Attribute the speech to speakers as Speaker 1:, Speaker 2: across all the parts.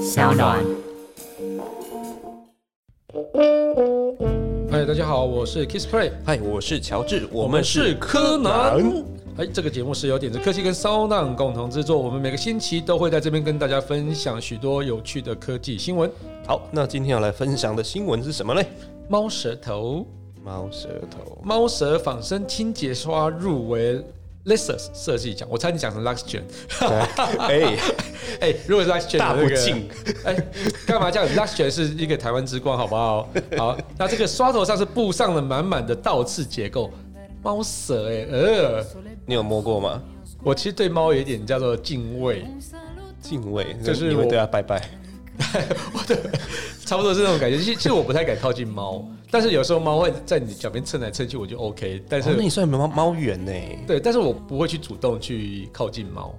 Speaker 1: 小暖。
Speaker 2: 嗨，大家好，我是 Kiss Play，
Speaker 3: 嗨，我是乔治，
Speaker 2: 我
Speaker 3: 我们是
Speaker 2: 柯
Speaker 3: 南。
Speaker 2: 哎，这个节目是由点子科技跟骚浪共同制作，我们每个星期都会在这边跟大家分享许多有趣的科技新闻。
Speaker 3: 好。那今天要来分享的新闻是什么呢？
Speaker 2: 猫舌头，
Speaker 3: 猫舌头，
Speaker 2: 猫舌仿生清洁刷入围 Lexus 设计奖，我猜你讲成 Luxion。
Speaker 3: 哎，
Speaker 2: 哎、如果是 Luxion
Speaker 3: 大
Speaker 2: 的那
Speaker 3: 不
Speaker 2: 个
Speaker 3: 敬。
Speaker 2: 哎，干嘛这样？Luxion 是一个台湾之光，好不 好？好，那这个刷头上是布上了满满的倒刺结构，猫舌哎、呃。
Speaker 3: 你有摸过吗？
Speaker 2: 我其实对猫有一点叫做敬畏，
Speaker 3: 敬畏，
Speaker 2: 就是
Speaker 3: 你会
Speaker 2: 我
Speaker 3: 对它拜拜。
Speaker 2: 差不多是那种感觉。其实其实我不太敢靠近猫，但是有时候猫会在你脚边蹭来蹭去，我就 OK。但是、
Speaker 3: 哦，那你算猫猫缘呢？
Speaker 2: 对，但是我不会去主动去靠近猫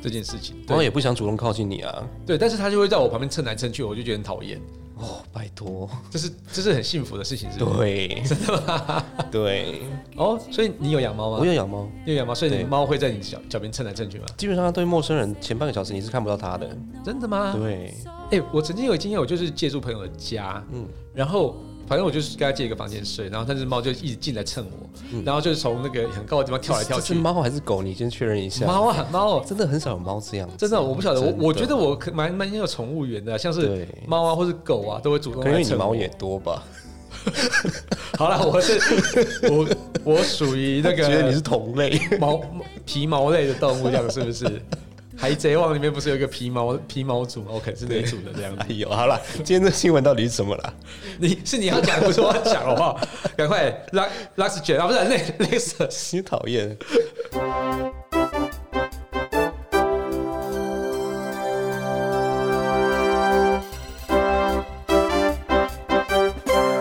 Speaker 2: 这件事情。
Speaker 3: 猫
Speaker 2: 对
Speaker 3: 哦也不想主动靠近你啊。
Speaker 2: 对，但是它就会在我旁边蹭来蹭去，我就觉得很讨厌。
Speaker 3: 哦，拜托。
Speaker 2: 这是这是很幸福的事情，是不是？
Speaker 3: 对，真的吗？对，
Speaker 2: 哦，所以你有养猫吗？
Speaker 3: 我有养猫，
Speaker 2: 你有养猫，所以你
Speaker 3: 对
Speaker 2: 猫会在你脚脚边蹭来蹭去吗？
Speaker 3: 基本上它对陌生人前半个小时你是看不到它的。
Speaker 2: 真的吗？
Speaker 3: 对，
Speaker 2: 哎、我曾经有经验，我就是借住朋友的家，嗯
Speaker 3: 嗯，
Speaker 2: 然后反正我就是跟他借一个房间睡，然后那只猫就一直进来蹭我，然后就是从那个很高的地方跳来跳
Speaker 3: 嗯这是
Speaker 2: 去。
Speaker 3: 猫还是狗？你先确认一下。
Speaker 2: 猫啊 猫，
Speaker 3: 真的很少有猫这样子，
Speaker 2: 真的我不晓得，我我
Speaker 3: 真
Speaker 2: 觉
Speaker 3: 的
Speaker 2: 得我可蛮蛮有宠物缘的，像是
Speaker 3: 对
Speaker 2: 猫啊或是狗啊都会主动
Speaker 3: 可能因
Speaker 2: 来
Speaker 3: 为你
Speaker 2: 蹭
Speaker 3: 毛
Speaker 2: 我。
Speaker 3: 也多吧，
Speaker 2: 好了，我 是我我属于那个
Speaker 3: 觉得你是同类。
Speaker 2: 毛皮毛类的动物，这样是不 是？海贼王里面不是有一个皮毛皮毛族吗？我可能是那一组的这样子
Speaker 3: 哎。呦，好了，今天这个新闻到底是什么啦？
Speaker 2: 你是你要讲，不是我要讲，好不好？赶快拉拉斯卷啊，不是那那个
Speaker 3: 你讨厌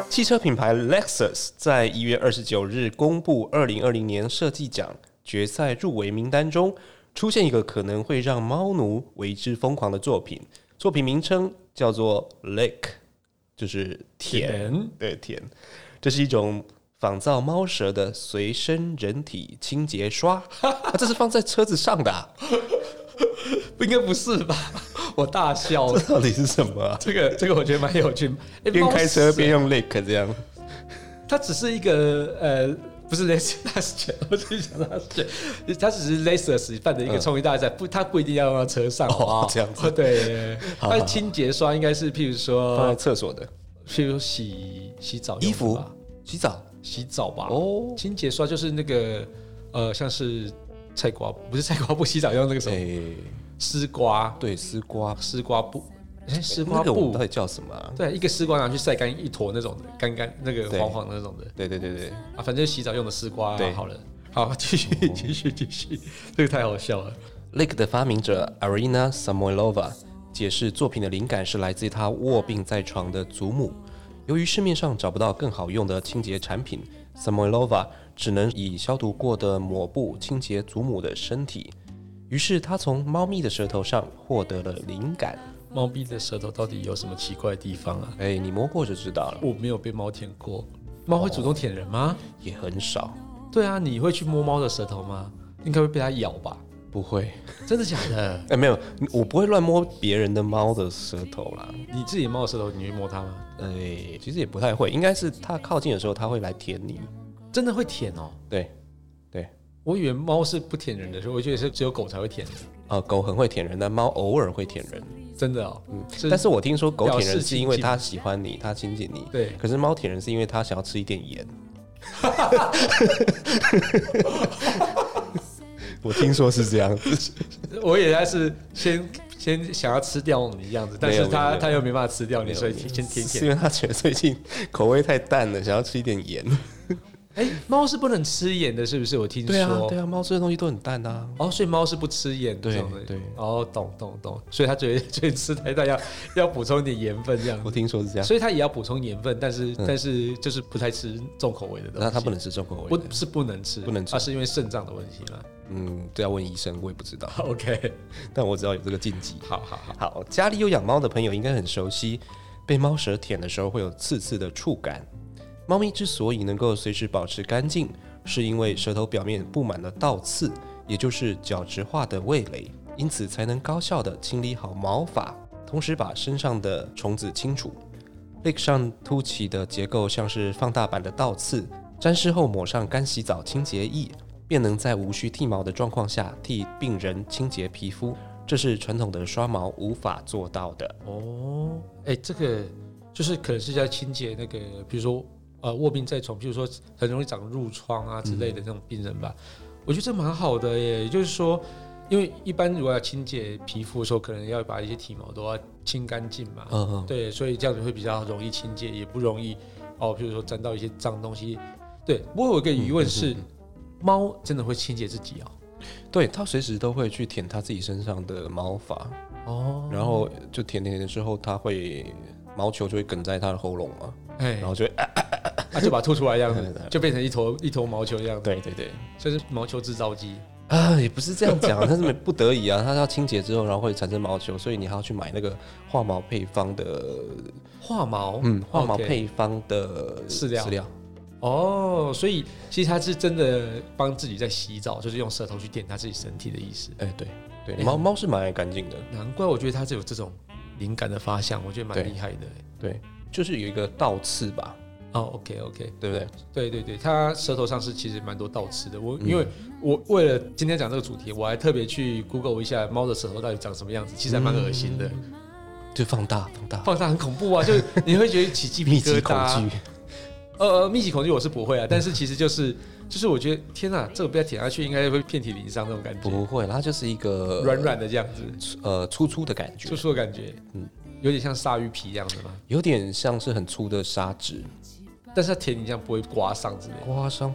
Speaker 3: 汽车品牌 Lexus 在一月二十九日公布二零二零年设计奖决赛入围名单中，出现一个可能会让猫奴为之疯狂的作品，作品名称叫做 Lick，就是舔。
Speaker 2: 甜
Speaker 3: 对，舔，这是一种仿造猫舌的随身人体清洁刷，啊、这是放在车子上的、啊，
Speaker 2: 不应该不是吧？ 我大笑
Speaker 3: 这，到底是什么、啊？
Speaker 2: 这个这个我觉得蛮有趣。诶
Speaker 3: 边开车，边
Speaker 2: 猫
Speaker 3: 用 lick 这样，
Speaker 2: 舌它只是一个呃，不是 laser 拉斯卷， 我只是想拉斯卷，它只是 laser 犯的一个创意大赛，不，它不一定要用到车上，好不好
Speaker 3: 嗯哦这样子
Speaker 2: 对，
Speaker 3: 好好
Speaker 2: 它清洁刷应该是譬如
Speaker 3: 放在
Speaker 2: 说，
Speaker 3: 厕所的
Speaker 2: 譬如洗洗澡用的
Speaker 3: 衣服
Speaker 2: 吧、
Speaker 3: 洗澡。
Speaker 2: 洗澡吧。
Speaker 3: 哦，
Speaker 2: 清洁刷就是那个呃，像是菜瓜布，不是菜瓜布，洗澡用那个什
Speaker 3: 哎、
Speaker 2: 么丝瓜，
Speaker 3: 对，丝瓜，
Speaker 2: 丝瓜布，哎，丝瓜
Speaker 3: 那个我们
Speaker 2: 布
Speaker 3: 到，底叫什么、啊？
Speaker 2: 对，一个丝瓜拿去晒干一坨那种的，干干那个
Speaker 3: 对
Speaker 2: 黄黄的那种的
Speaker 3: 对对对对，
Speaker 2: 啊，反正洗澡用的丝瓜啊
Speaker 3: 对哦
Speaker 2: 好了。好，继续，继续，继续， 这个太好笑了。
Speaker 3: Lick 的发明者 Arina Samoylova 解释，作品的灵感是来自于她卧病在床的祖母。由于市面上找不到更好用的清洁产品，Samoylova 只能以消毒过的抹布清洁祖母的身体。于是，她从猫咪的舌头上获得了灵感。
Speaker 2: 猫咪的舌头到底有什么奇怪的地方啊？
Speaker 3: 哎，你摸过就知道了，
Speaker 2: 我没有被猫舔过，猫会主动舔人吗？
Speaker 3: 也很少，
Speaker 2: 对啊，你会去摸猫的舌头吗？应该会被它咬吧？
Speaker 3: 不会。
Speaker 2: 真的假的？
Speaker 3: 哎，没有，我不会乱摸别人的猫的舌头啦。
Speaker 2: 你自己猫的舌头，你会摸它吗？
Speaker 3: 哎，其实也不太会，应该是它靠近的时候，它会来舔你。
Speaker 2: 真的会舔哦。
Speaker 3: 对，对。
Speaker 2: 我以为猫是不舔人的，所以我觉得是只有狗才会舔人，
Speaker 3: 呃，狗很会舔人，但猫偶尔会舔人。
Speaker 2: 真的哦。是
Speaker 3: 嗯但是我听说狗
Speaker 2: 表
Speaker 3: 舔人
Speaker 2: 示
Speaker 3: 是因为
Speaker 2: 亲近
Speaker 3: 它喜欢你，它亲近你。
Speaker 2: 对
Speaker 3: 可是猫舔人是因为它想要吃一点盐。 我听说是这样子，
Speaker 2: 我以为它是先先想要吃掉你这样子，但
Speaker 3: 没
Speaker 2: 是
Speaker 3: 有没有
Speaker 2: 它
Speaker 3: 没有
Speaker 2: 它又没办法吃掉你，所以先 舔
Speaker 3: 是
Speaker 2: 舔。
Speaker 3: 因为它觉得最近口味太淡了，想要吃一点盐。
Speaker 2: 哎，猫是不能吃盐的，是不是？我听
Speaker 3: 对啊，
Speaker 2: 说
Speaker 3: 对。啊，猫吃的东西都很淡啊。
Speaker 2: 哦，所以猫是不吃盐这种的。
Speaker 3: 对对
Speaker 2: 哦，懂懂懂。所以它觉得 所以吃太淡要要补充一点盐分这样
Speaker 3: 我
Speaker 2: 子。
Speaker 3: 听说是这样，
Speaker 2: 所以它也要补充盐分，但是、但是就是不太吃重口味的东西。
Speaker 3: 嗯那它不能吃重口味的
Speaker 2: 不。是不能吃，
Speaker 3: 不能吃
Speaker 2: 啊，是因为肾脏的问题吗
Speaker 3: 嗯，这要问医生，我也不知道，
Speaker 2: ？OK，
Speaker 3: 但我知道有这个禁忌。
Speaker 2: 好好好。
Speaker 3: 好，家里有养猫的朋友应该很熟悉，被猫舌舔的时候会有刺刺的触感。猫咪之所以能够随时保持干净，是因为舌头表面布满了倒刺，也就是角质化的味蕾，因此才能高效的清理好毛发。同时把身上的虫子清除。Lake 上凸起的结构像是放大版的倒刺，沾湿后抹上干洗澡清洁液，便能在无需剃毛的状况下替病人清洁皮肤，这是传统的刷毛无法做到的。
Speaker 2: 哦，哎、这个就是可能是在清洁那个，比如说呃卧病在床，比如说很容易长褥疮啊之
Speaker 3: 嗯
Speaker 2: 类的那种病人吧。我觉得这蛮好的耶，也就是说，因为一般如果要清洁皮肤的时候，可能要把一些体毛都要清干净嘛。
Speaker 3: 嗯嗯，
Speaker 2: 对，所以这样子会比较容易清洁，也不容易哦，比如说沾到一些脏东西。对，不过我有个疑问是，
Speaker 3: 嗯
Speaker 2: 猫真的会清洁自己哦？
Speaker 3: 对，它随时都会去舔它自己身上的毛发，
Speaker 2: 哦，
Speaker 3: 然后就舔舔舔之后，它会毛球就会梗在它的喉咙嘛，
Speaker 2: 哎
Speaker 3: 然，后就会、啊、
Speaker 2: 啊就把它吐出来这样
Speaker 3: 对对
Speaker 2: 子
Speaker 3: 对，
Speaker 2: 就变成一坨一坨毛球这样子，
Speaker 3: 对对对。
Speaker 2: 所以是毛球制造机。
Speaker 3: 啊，也不是这样讲，它是不得已啊，它要清洁之后，然后会产生毛球，所以你还要去买那个化毛配方的，
Speaker 2: 化毛，
Speaker 3: 嗯，化毛
Speaker 2: OK
Speaker 3: 配方的
Speaker 2: 饲料
Speaker 3: 饲料，
Speaker 2: 哦，所以其实它是真的帮自己在洗澡，就是用舌头去点它自己身体的意思。
Speaker 3: 哎，对对，
Speaker 2: 哎
Speaker 3: 猫猫是蛮爱干净的，
Speaker 2: 难怪我觉得它是有这种灵感的发想，我觉得蛮
Speaker 3: 对
Speaker 2: 厉害的。
Speaker 3: 对，就是有一个倒刺吧，
Speaker 2: 哦，OK OK，
Speaker 3: 对不对？
Speaker 2: 对对对，它舌头上是其实蛮多倒刺的。
Speaker 3: 嗯
Speaker 2: 我因为我为了今天讲这个主题，我还特别去 Google 一下猫的舌头到底长什么样子，其实还蛮恶心的，
Speaker 3: 嗯就放大放大，
Speaker 2: 放大很恐怖啊，就是你会觉得起鸡皮
Speaker 3: 密集
Speaker 2: 疙
Speaker 3: 恐
Speaker 2: 瘩。啊
Speaker 3: 惧，
Speaker 2: 呃，呃密集恐惧我是不会啊，但是其实就是就是我觉得天哪，这个不要舔下去，应该会遍体鳞伤那种感觉，
Speaker 3: 不会啦，它就是一个
Speaker 2: 软软的这样子。
Speaker 3: 呃粗粗的感觉
Speaker 2: 粗，粗的感觉，
Speaker 3: 嗯
Speaker 2: 嗯，有点像鲨鱼皮一样的嘛。
Speaker 3: 有点像是很粗的砂纸，
Speaker 2: 但是它舔你这样不会刮伤之类的。
Speaker 3: 刮伤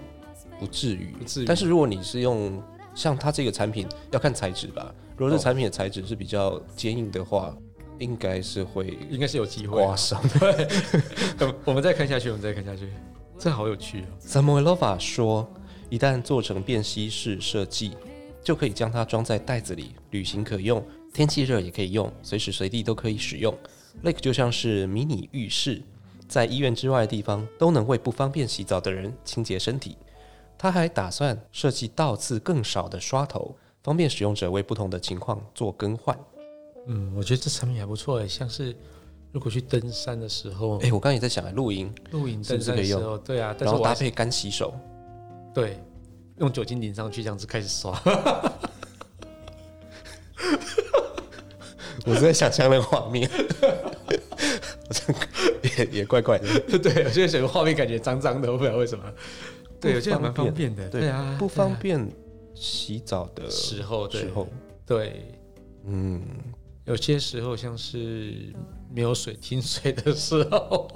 Speaker 3: 不至于，
Speaker 2: 不至于
Speaker 3: 但是如果你是用像它这个产品，要看材质吧。如果这
Speaker 2: 哦
Speaker 3: 产品的材质是比较坚硬的话，应该是会
Speaker 2: 应该是有机会。
Speaker 3: 刮伤。
Speaker 2: 等 我们再看下去，我们再看下去，这好有趣哦。
Speaker 3: Samoylova 说，一旦做成便携式设计，就可以将它装在袋子里，旅行可用，天气热也可以用，随时随地都可以使用。Lake 就像是迷你浴室，在医院之外的地方都能为不方便洗澡的人清洁身体。他还打算设计倒刺更少的刷头，方便使用者为不同的情况做更换。
Speaker 2: 嗯，我觉得这产品还不错哎，像是如果去登山的时候，
Speaker 3: 诶，我刚才也在想，露营，
Speaker 2: 露营
Speaker 3: 是
Speaker 2: 哎登
Speaker 3: 不是
Speaker 2: 山
Speaker 3: 可
Speaker 2: 的
Speaker 3: 以
Speaker 2: 时
Speaker 3: 用
Speaker 2: 候，对啊，但
Speaker 3: 然
Speaker 2: 是
Speaker 3: 后
Speaker 2: 我
Speaker 3: 搭
Speaker 2: 还是
Speaker 3: 配干洗手，
Speaker 2: 对用酒精淋上去，这样子开始刷。
Speaker 3: 我是在想象那个画面， 好像也也怪怪 的。
Speaker 2: 对，我觉得整个画面感觉脏脏的，我不知道为什么。对，我觉得蛮
Speaker 3: 不
Speaker 2: 方
Speaker 3: 方
Speaker 2: 便的。
Speaker 3: 对
Speaker 2: 对啊，
Speaker 3: 不方
Speaker 2: 对
Speaker 3: 便洗澡的
Speaker 2: 啊时候，对
Speaker 3: 时候，
Speaker 2: 对，
Speaker 3: 嗯，
Speaker 2: 有些时候像是没有水停水的时候，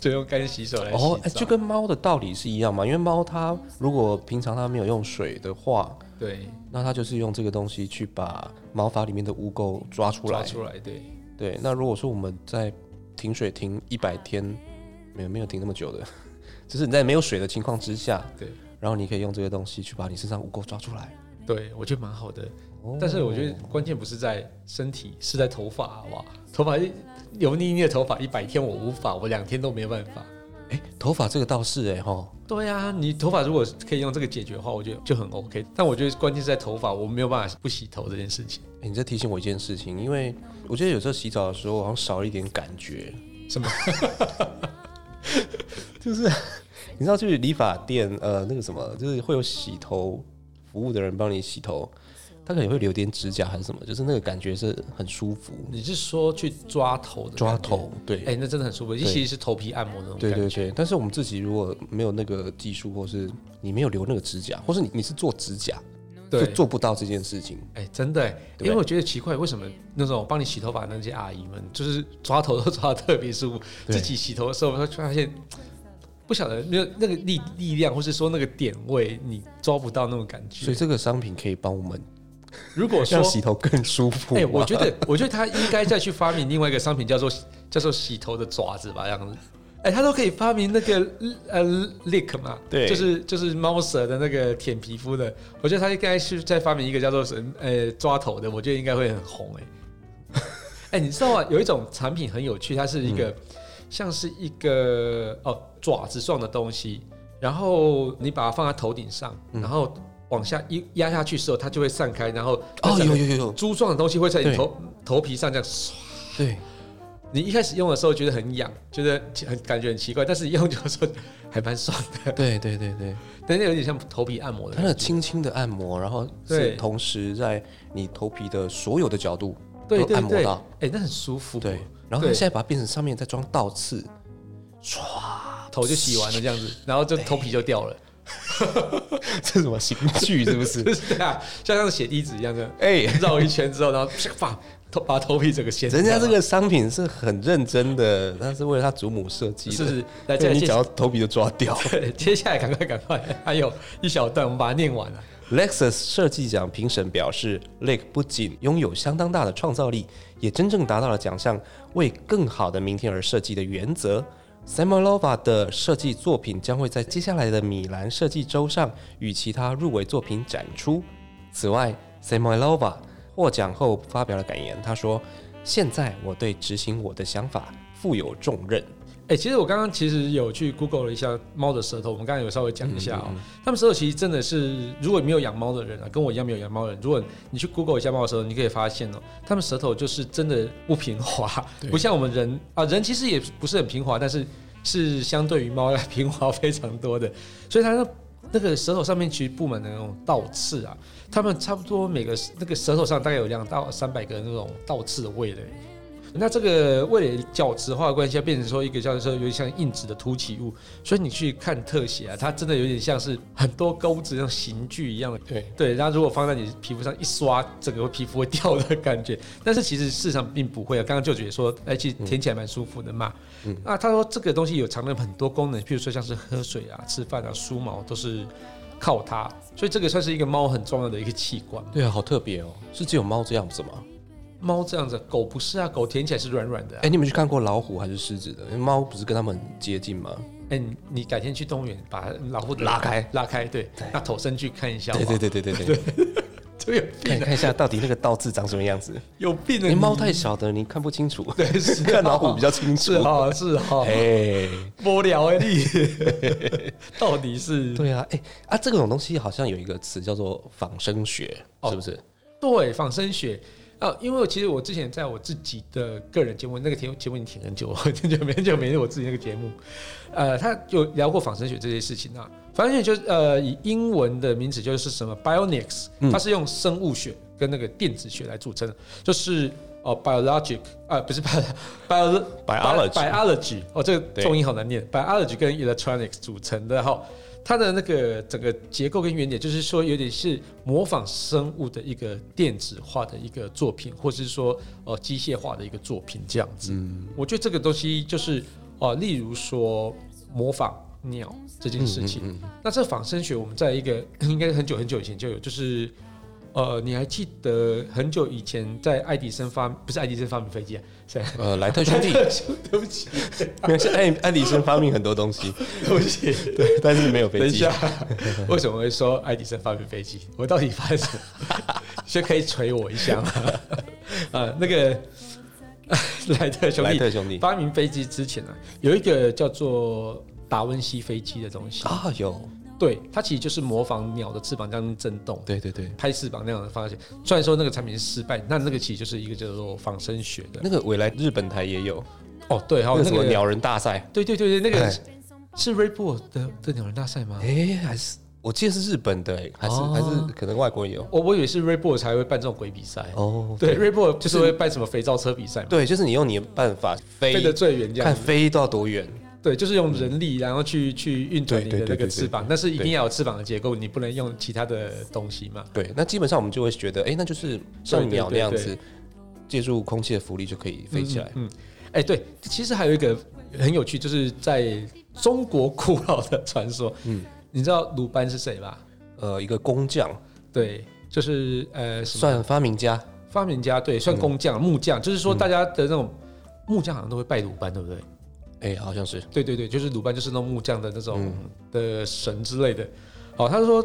Speaker 2: 就用干洗手来洗澡。
Speaker 3: 哦，哎就跟猫的道理是一样嘛，因为猫它如果平常它没有用水的话，
Speaker 2: 对
Speaker 3: 那它就是用这个东西去把毛发里面的污垢抓出
Speaker 2: 抓
Speaker 3: 来。
Speaker 2: 出来，对
Speaker 3: 对，那如果说我们在停水停一百天，没有没有停那么久的，就是你在没有水的情况之下，
Speaker 2: 对
Speaker 3: 然后你可以用这个东西去把你身上污垢抓出来。
Speaker 2: 对，我觉得蛮好的。
Speaker 3: 哦
Speaker 2: 但是我觉得关键不是在身体，是在头发，好不好？头发油腻腻的头发，一百天我无法，我两天都没有办法。
Speaker 3: 哎、头发这个倒是哎、吼，
Speaker 2: 对啊，你头发如果可以用这个解决的话，我觉得就很 OK。但我觉得关键是在头发，我没有办法不洗头这件事情。
Speaker 3: 欸你在提醒我一件事情，因为我觉得有时候洗澡的时候好像少了一点感觉，
Speaker 2: 什 么？
Speaker 3: 就是你知道去理发店，呃，那个什么，就是会有洗头服务的人帮你洗头，他可能会留点指甲还是什么，就是那个感觉是很舒服，
Speaker 2: 你是说去抓头的？
Speaker 3: 抓？头，对，
Speaker 2: 哎、那真的很舒服，其实是头皮按摩那种感
Speaker 3: 对
Speaker 2: 觉。
Speaker 3: 对对。但是我们自己如果没有那个技术，或是你没有留那个指甲，或是你你是做指甲，就
Speaker 2: 对
Speaker 3: 做不到这件事情。
Speaker 2: 哎、真的、欸，
Speaker 3: 对
Speaker 2: 因为我觉得奇怪，为什么那种帮你洗头发的那些阿姨们，就是抓头都抓的特别舒服，
Speaker 3: 对
Speaker 2: 自己洗头的时候，会发现不晓得没有那个力力量，或是说那个点位，你抓不到那种感
Speaker 3: 所
Speaker 2: 觉
Speaker 3: 以。这个商品可以帮我们
Speaker 2: 如果说
Speaker 3: 让，洗头更舒服
Speaker 2: 哎、
Speaker 3: 吗。
Speaker 2: 我觉得， 我觉得他应该再去发明另外一个商品，叫做叫做洗头的爪子吧，这样子。哎、他都可以发明那个呃 lick 嘛，
Speaker 3: 对
Speaker 2: 就是就是猫舌的那个舔皮肤的。我觉得他应该是再发明一个叫做什么呃抓头的，我觉得应该会很红哎、 哎、你知道吗？有一种产品很有趣，它是一
Speaker 3: 嗯
Speaker 2: 个、像是一个哦爪子状的东西，然后你把它放在头顶上，
Speaker 3: 嗯
Speaker 2: 然后往下一压下去的时候，它就会散开，然后
Speaker 3: 哦，
Speaker 2: 那
Speaker 3: 有有有有，
Speaker 2: 珠状的东西会在你
Speaker 3: 对
Speaker 2: 头头皮上这样唰
Speaker 3: 对，
Speaker 2: 你一开始用的时候觉得很痒，觉得很感觉很奇怪，但是一用久的时候还蛮爽的，
Speaker 3: 对，对，对，对，
Speaker 2: 但是有点像头皮按摩的
Speaker 3: 它
Speaker 2: 感觉。
Speaker 3: 的轻轻的按摩，然后是
Speaker 2: 对
Speaker 3: 同时在你头皮的所有的角度
Speaker 2: 对
Speaker 3: 都
Speaker 2: 对
Speaker 3: 按摩
Speaker 2: 对，
Speaker 3: 到，
Speaker 2: 哎，那很舒服。
Speaker 3: 对，然后它
Speaker 2: 对
Speaker 3: 现在把它变成上面再装倒刺，
Speaker 2: 头就洗完了这样 子，然后就头皮就掉了，
Speaker 3: 这是什么刑具是不 是？
Speaker 2: 就是这样，啊就像血滴子一样的
Speaker 3: 哎、
Speaker 2: 绕一圈之后，然后啪啪头把头皮整个掀掉。
Speaker 3: 人家这个商品是很认真的，那是为了他祖母设计的，
Speaker 2: 是是，来
Speaker 3: 对
Speaker 2: 再
Speaker 3: 你
Speaker 2: 接
Speaker 3: 讲到头皮就抓掉。
Speaker 2: 对接下来 赶快赶快，还有一小段，我们把它念完了。
Speaker 3: Lexus 设计奖评审表示，Lake 不仅拥有相当大的创造力，也真正达到了奖项为更好的明天而设计的原则。Samolova 的设计作品将会在接下来的米兰设计周上与其他入围作品展出。此外，Samolova 获奖后发表了感言，他说：“现在我对执行我的想法负有重任。
Speaker 2: 哎、其实我刚刚其实有去 Google 了一下猫的舌头，我们刚刚有稍微讲一下哦、它们舌头其实真的是，如果没有养猫的人啊，跟我一样没有养猫的人，如果你去 Google 一下猫的舌头，你可以发现哦、它们舌头就是真的不平滑，不像我们人啊，人其实也不是很平滑，但是是相对于猫来 平滑非常多的，所以它那那个舌头上面其实布满了那种倒刺啊，它们差不多每个那个舌头上大概有两到三百个那种倒刺的味蕾。那这个为了角质化的关系，它变成说一个叫做有点像硬质的凸起物，所以你去看特写啊，它真的有点像是很多钩子像刑具一样的。
Speaker 3: 对，
Speaker 2: 对，然后如果放在你皮肤上一刷，整个皮肤会掉的感觉。但是其实事实上并不会啊。刚刚舅舅也说，哎，其实舔起来蛮舒服的嘛。那他说这个东西有藏了很多功能，譬如说像是喝水啊、吃饭啊、梳毛都是靠它，所以这个算是一个猫很重要的一个器官。
Speaker 3: 对啊，好特别哦，是只有猫这样子吗？
Speaker 2: 猫这样子，狗不是啊，狗舔起来是软软的、啊
Speaker 3: 哎、。你们去看过老虎还是狮子的？因为猫不是跟它们很接近吗？
Speaker 2: 哎、你你改天去动物园把老虎
Speaker 3: 拉开，
Speaker 2: 拉开，对，那头伸去看一下好
Speaker 3: 对
Speaker 2: 不好，
Speaker 3: 对对对对对，
Speaker 2: 这有
Speaker 3: 看
Speaker 2: 病啊，
Speaker 3: 看一下到底那个倒字长什么样 子。
Speaker 2: 有病
Speaker 3: 哎、
Speaker 2: 的
Speaker 3: 猫太小的你看不清楚，
Speaker 2: 对是啊
Speaker 3: 看老虎比较清楚
Speaker 2: 是。哈是哈，
Speaker 3: 哎、
Speaker 2: 无聊哎你， 到底是
Speaker 3: 对啊，哎、啊，这种东西好像有一个词叫做仿生学，是不是？
Speaker 2: 对仿生学。啊，因为其实我之前在我自己的个人节目，那个节目节目已经停很久 了，很久没很久没我自己那个节目，呃，他有聊过仿生学这些事情啊。仿生学就是呃，以英文的名词就是什么 bionics，它是用生物学跟那个电子学来组成的，就是哦 biologic 啊、不是 bio bio
Speaker 3: Biology
Speaker 2: biology 哦，这个
Speaker 3: 对
Speaker 2: 重音好难念，biology 跟 electronics 组成的哈。它的那个整个结构跟原点，就是说有点是模仿生物的一个电子化的一个作品，或是说呃机械化的一个作品这样子。
Speaker 3: 嗯
Speaker 2: 我觉得这个东西就是呃，例如说模仿鸟这件事
Speaker 3: 嗯
Speaker 2: 情，那这仿生学我们在一个 应该很久很久以前就有，就是呃，你还记得很久以前在爱迪生发不是爱迪生发明飞机啊， 是啊
Speaker 3: 呃，莱特兄 弟，
Speaker 2: 对不起，
Speaker 3: 没有是爱爱迪生发明很多东西，
Speaker 2: 对不起，
Speaker 3: 对，但是没有
Speaker 2: 等
Speaker 3: 飞
Speaker 2: 一
Speaker 3: 机
Speaker 2: 下。，为什么会说爱迪生发明飞机？我到底发生什么？ 先可以捶我一下吗？呃，那个 莱特兄
Speaker 3: 莱
Speaker 2: 弟
Speaker 3: 特兄弟
Speaker 2: 发明飞机之前啊，有一个叫做达文西飞机的东西，
Speaker 3: 啊，有，
Speaker 2: 对，它其实就是模仿鸟的翅膀这样震动。
Speaker 3: 对对对，
Speaker 2: 拍翅膀那样的方式，虽然说那个产品是失败，那那个其实就是一个叫做仿生学的
Speaker 3: 那个未来日本台也有，
Speaker 2: 哦，对，还
Speaker 3: 那
Speaker 2: 有
Speaker 3: 个
Speaker 2: 那
Speaker 3: 什么
Speaker 2: 个，
Speaker 3: 鸟人大赛，
Speaker 2: 对对对对，那个
Speaker 3: 哎
Speaker 2: 是是瑞波的的鸟人大赛吗？
Speaker 3: 哎、还是我记得是日本的、哎还是、
Speaker 2: 哦
Speaker 3: 还是可能外国也有。
Speaker 2: 我我以为是瑞波才会办这种鬼比赛，
Speaker 3: 哦，
Speaker 2: 对，瑞波就是会办什么肥皂车比赛嘛，
Speaker 3: 对，就是你用你的办法飞
Speaker 2: 飞得最远这样
Speaker 3: 看
Speaker 2: 子，
Speaker 3: 飞到多远。
Speaker 2: 对，就是用人力然后去去运转你
Speaker 3: 对
Speaker 2: 的
Speaker 3: 对
Speaker 2: 那
Speaker 3: 对
Speaker 2: 个
Speaker 3: 对
Speaker 2: 翅膀，但是一定要有翅膀的结构，你不能用其他的东西嘛。
Speaker 3: 对，那基本上我们就会觉得，哎、那就是像鸟那样子，借助空气的浮力就可以飞起来。
Speaker 2: 嗯，哎、对，其实还有一个很有趣，就是在中国古老的传说，嗯，你知道鲁班是谁吧？
Speaker 3: 呃，一个工匠
Speaker 2: 对，就是呃，什么
Speaker 3: 算发明家，
Speaker 2: 发明家，对，
Speaker 3: 嗯
Speaker 2: 算工匠、木匠，就是说大家的那种木匠好像都会拜鲁班，对不对？
Speaker 3: 哎、好像是
Speaker 2: 对对对，就是鲁班就是那种木匠的那种的神之类的。好，他说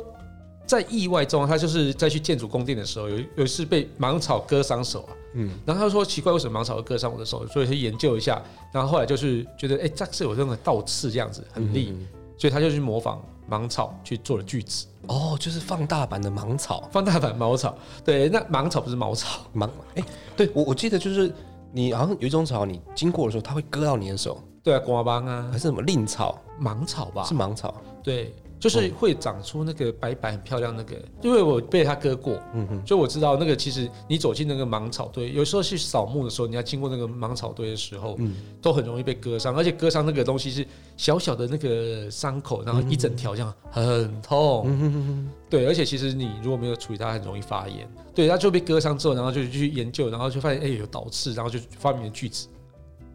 Speaker 2: 在意外中，他就是在去建筑宫殿的时候，有一有一次被芒草割伤手啊。嗯，然后他说奇怪，为什么芒草会割伤我的手？所以去研究一下，然后后来就是觉得，哎，这是有那个倒刺这样子，很利，所以他就去模仿芒草去做了锯子，
Speaker 3: 哦，就是放大版的芒草，
Speaker 2: 放大版芒草。对，那芒草不是茅草，
Speaker 3: 芒哎、对我我记得就是你好像有一种草，你经过的时候它会割到你的手，
Speaker 2: 对啊，瓜帮啊
Speaker 3: 还，是什么蔺草？
Speaker 2: 芒草吧，
Speaker 3: 是芒草？
Speaker 2: 对，就是会长出那个白白很漂亮那个，因为我被它割过，
Speaker 3: 哦嗯哼，
Speaker 2: 所以我知道那个其实你走进那个芒草堆，有时候去扫墓的时候，你要经过那个芒草堆的时候，
Speaker 3: 嗯
Speaker 2: 都很容易被割伤，而且割伤那个东西是小小的那个伤口，然后一整条这样很痛，
Speaker 3: 嗯哼哼哼，
Speaker 2: 对，而且其实你如果没有处理它，很容易发炎，对，它就被割伤之后，然后就去研究，然后就发现哎、有倒刺，然后就发明了锯齿。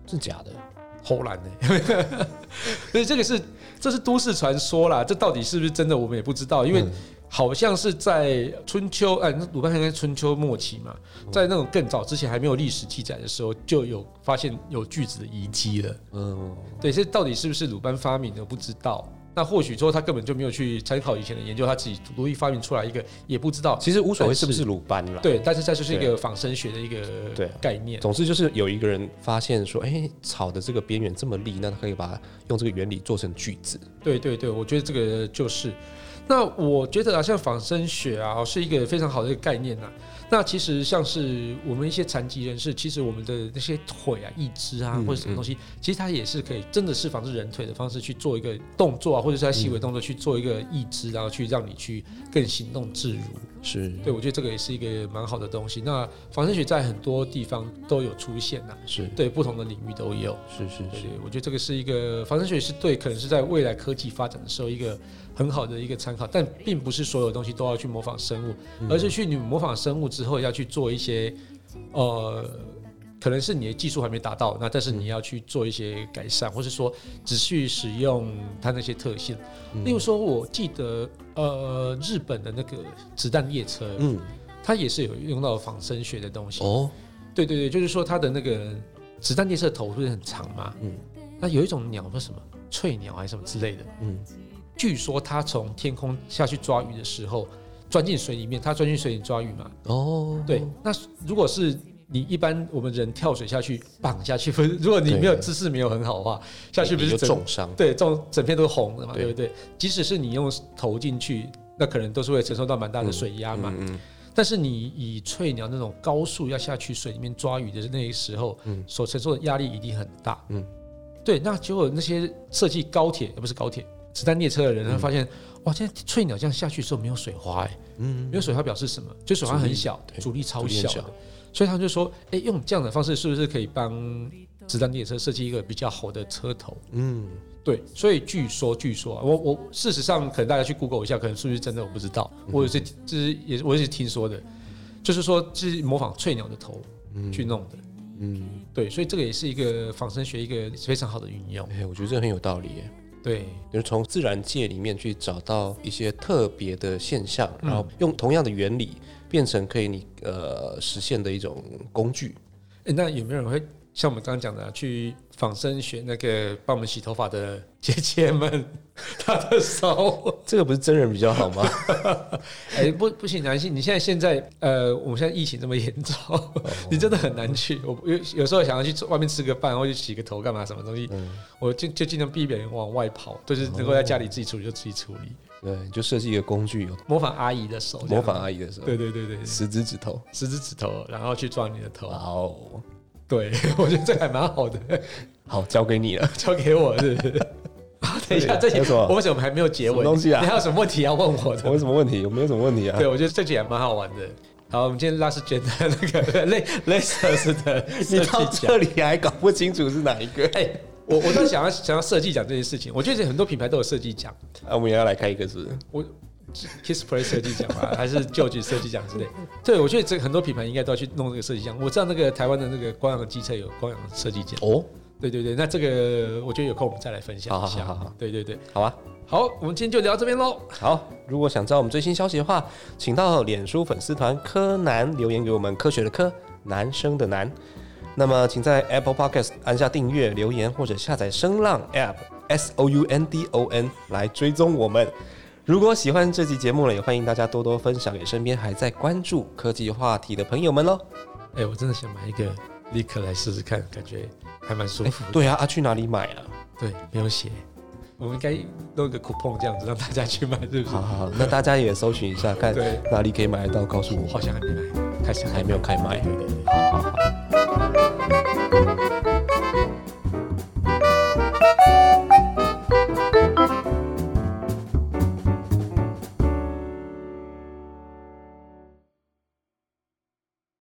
Speaker 3: 是假的？
Speaker 2: 偷懒呢， 所以这个是这是都市传说啦，这到底是不是真的我们也不知道，因为
Speaker 3: 嗯
Speaker 2: 好像是在春秋，哎，鲁班应该春秋末期嘛，
Speaker 3: 嗯
Speaker 2: 在那种更早之前还没有历史记载的时候，就有发现有锯子的遗迹了。
Speaker 3: 嗯，
Speaker 2: 对，这到底是不是鲁班发明的不知道。那或许说他根本就没有去参考以前的研究，他自己独立发明出来一个也不知道。
Speaker 3: 其实无所谓是不是鲁班啦。，
Speaker 2: 对，但是这就是一
Speaker 3: 对
Speaker 2: 个仿生学的一个
Speaker 3: 对啊
Speaker 2: 概念。
Speaker 3: 总之就是有一个人发现说，哎、草的这个边缘这么利，那他可以把它用这个原理做成锯子。
Speaker 2: 对对对，我觉得这个就是。那我觉得啊，像仿生学啊，是一个非常好的一个概念呐、啊那其实像是我们一些残疾人士，其实我们的那些腿啊、义肢啊，
Speaker 3: 嗯
Speaker 2: 或者什么东西，其实它也是可以真的是仿制人腿的方式去做一个动作啊，或者是在
Speaker 3: 嗯
Speaker 2: 细微动作去做一个义肢，然后去让你去更行动自如。
Speaker 3: 是
Speaker 2: 对，我觉得这个也是一个蛮好的东西。那仿生学在很多地方都有出现呐、
Speaker 3: 是
Speaker 2: 对，不同的领域都有。
Speaker 3: 是是
Speaker 2: 对
Speaker 3: 是
Speaker 2: 对，，我觉得这个是一个仿生学是对，可能是在未来科技发展的时候一个很好的一个参考，但并不是所有东西都要去模仿生物，而是去你模仿生物之后要去做一些，呃，可能是你的技术还没达到，那但是你要去做一些改善，或是说只去使用它那些特性。例如说，我记得呃，日本的那个子弹列车，
Speaker 3: 嗯，
Speaker 2: 它也是有用到仿生学的东西。
Speaker 3: 哦，
Speaker 2: 对对对，就是说它的那个子弹列车的头不是很长嘛，
Speaker 3: 嗯
Speaker 2: 嗯，那有一种鸟叫什么翠鸟还是什么之类的，
Speaker 3: 嗯
Speaker 2: 嗯，据说它从天空下去抓鱼的时候，钻进水里面，它钻进水里抓鱼嘛，
Speaker 3: 哦，
Speaker 2: 对，那如果是。你一般我们人跳水下去绑下去，不是？如果你
Speaker 3: 对
Speaker 2: 没有姿势没有很好的话，下去不
Speaker 3: 你
Speaker 2: 是
Speaker 3: 就
Speaker 2: 整
Speaker 3: 重伤？
Speaker 2: 对，这种整片都是红的嘛，
Speaker 3: 对
Speaker 2: 对不对？即使是你用头进去，那可能都是会承受到蛮大的水压嘛。
Speaker 3: 嗯
Speaker 2: 但是你以翠鸟那种高速要下去水里面抓鱼的那个时候，
Speaker 3: 嗯
Speaker 2: 所承受的压力一定很大。
Speaker 3: 嗯
Speaker 2: 嗯，对。那结果那些设计高铁，呃不是高铁，子弹列车的人，他发现、哇，现在翠鸟这样下去的时候没有水花、欸，
Speaker 3: 嗯
Speaker 2: 没有水花表示什么？就水花很小
Speaker 3: 对，
Speaker 2: 阻力超
Speaker 3: 阻力
Speaker 2: 小
Speaker 3: 很
Speaker 2: 的
Speaker 3: 小
Speaker 2: 所以他们就说，哎、用这样的方式是不是可以帮子弹列车设计一个比较好的车头？
Speaker 3: 嗯，
Speaker 2: 对，所以据说，据说啊，我我事实上可能大家去 Google 一下，可能是不是真的我不知道，我也是这是也是我也是听说的，就是说是模仿翠鸟的头去弄的，嗯，对，所以这个也是一个仿生学一个非常好的运用，
Speaker 3: 哎、我觉得这很有道理耶。
Speaker 2: 对，
Speaker 3: 就是从自然界里面去找到一些特别的现象，然后用同样的原理变成可以你呃实现的一种工具。
Speaker 2: 诶那有没有人会像我们刚刚讲的、啊，去仿生学那个帮我们洗头发的 姐姐们，她的手？
Speaker 3: 这个不是真人比较好吗？
Speaker 2: 哎、不不行，男性，你现在现在呃，我们现在疫情这么严重，
Speaker 3: 哦
Speaker 2: 你真的很难去。我有有时候想要去外面吃个饭，或者洗个头干嘛，什么东西，
Speaker 3: 嗯
Speaker 2: 我就就尽量避免往外跑，就是能够在家里自己处理就自己处理，
Speaker 3: 对，你就设计一个工具，有
Speaker 2: 模仿阿姨的手，
Speaker 3: 模仿，阿姨的时候，
Speaker 2: 对对对对，
Speaker 3: 十只指头。
Speaker 2: 十只指头，然后去抓你的头。
Speaker 3: 哇哦，
Speaker 2: 对， 我觉得这还蛮好的，
Speaker 3: 好，交给你了。
Speaker 2: 交给我是不是。 好等一下，这
Speaker 3: 对
Speaker 2: 集
Speaker 3: 还有什么
Speaker 2: 我为什么还没有结
Speaker 3: 什么
Speaker 2: 尾？
Speaker 3: 东西啊
Speaker 2: 你还有什么问题要问我的
Speaker 3: 我？有什么问题？有没有什么问题啊？
Speaker 2: 对，我觉得这集还蛮好玩的。好，我们今天拉斯简单那个 雷雷瑟斯的
Speaker 3: 你
Speaker 2: 设
Speaker 3: 到
Speaker 2: 计奖。
Speaker 3: 这里还搞不清楚是哪一个？
Speaker 2: 哎、我我倒想要想要设计奖这件事情，我觉得很多品牌都有设计奖，
Speaker 3: 啊，我们也要来开一个是不是？
Speaker 2: 我 Kiss Play 设计奖吧，还是旧局设计奖之类。对，我觉得这很多品牌应该都要去弄这个设计奖。我知道那个台湾的那个光阳机车有光阳设计奖，
Speaker 3: 哦，
Speaker 2: 对对对，那这个我觉得有空我们再来分享一下。
Speaker 3: 好好好好
Speaker 2: 对对对，
Speaker 3: 好啊，
Speaker 2: 好，我们今天就聊到这边喽。
Speaker 3: 好。如果想知道我们最新消息的话，请到脸书粉丝团柯南留言给我们，科学的科，男生的男。那么，请在 Apple Podcast 按下订阅、留言或者下载声浪 App S O U N D O N 来追踪我们。如果喜欢这期节目呢，也欢迎大家多多分享给身边还在关注科技话题的朋友们喽。哦
Speaker 2: 哎、我真的想买一个立刻来试试看，感觉还蛮舒
Speaker 3: 哎
Speaker 2: 服的。
Speaker 3: 对啊，啊去哪里买啊？
Speaker 2: 对，没有写，我们应该弄个 coupon 这样子让大家去买，是不是
Speaker 3: 好？好，好，那大家也搜寻一下，看
Speaker 2: 对
Speaker 3: 哪里可以买得到，告诉我。
Speaker 2: 好像还没买，开始还
Speaker 3: 还
Speaker 2: 没
Speaker 3: 没有开卖。
Speaker 2: 有。对对对
Speaker 3: 好好好，
Speaker 1: thank you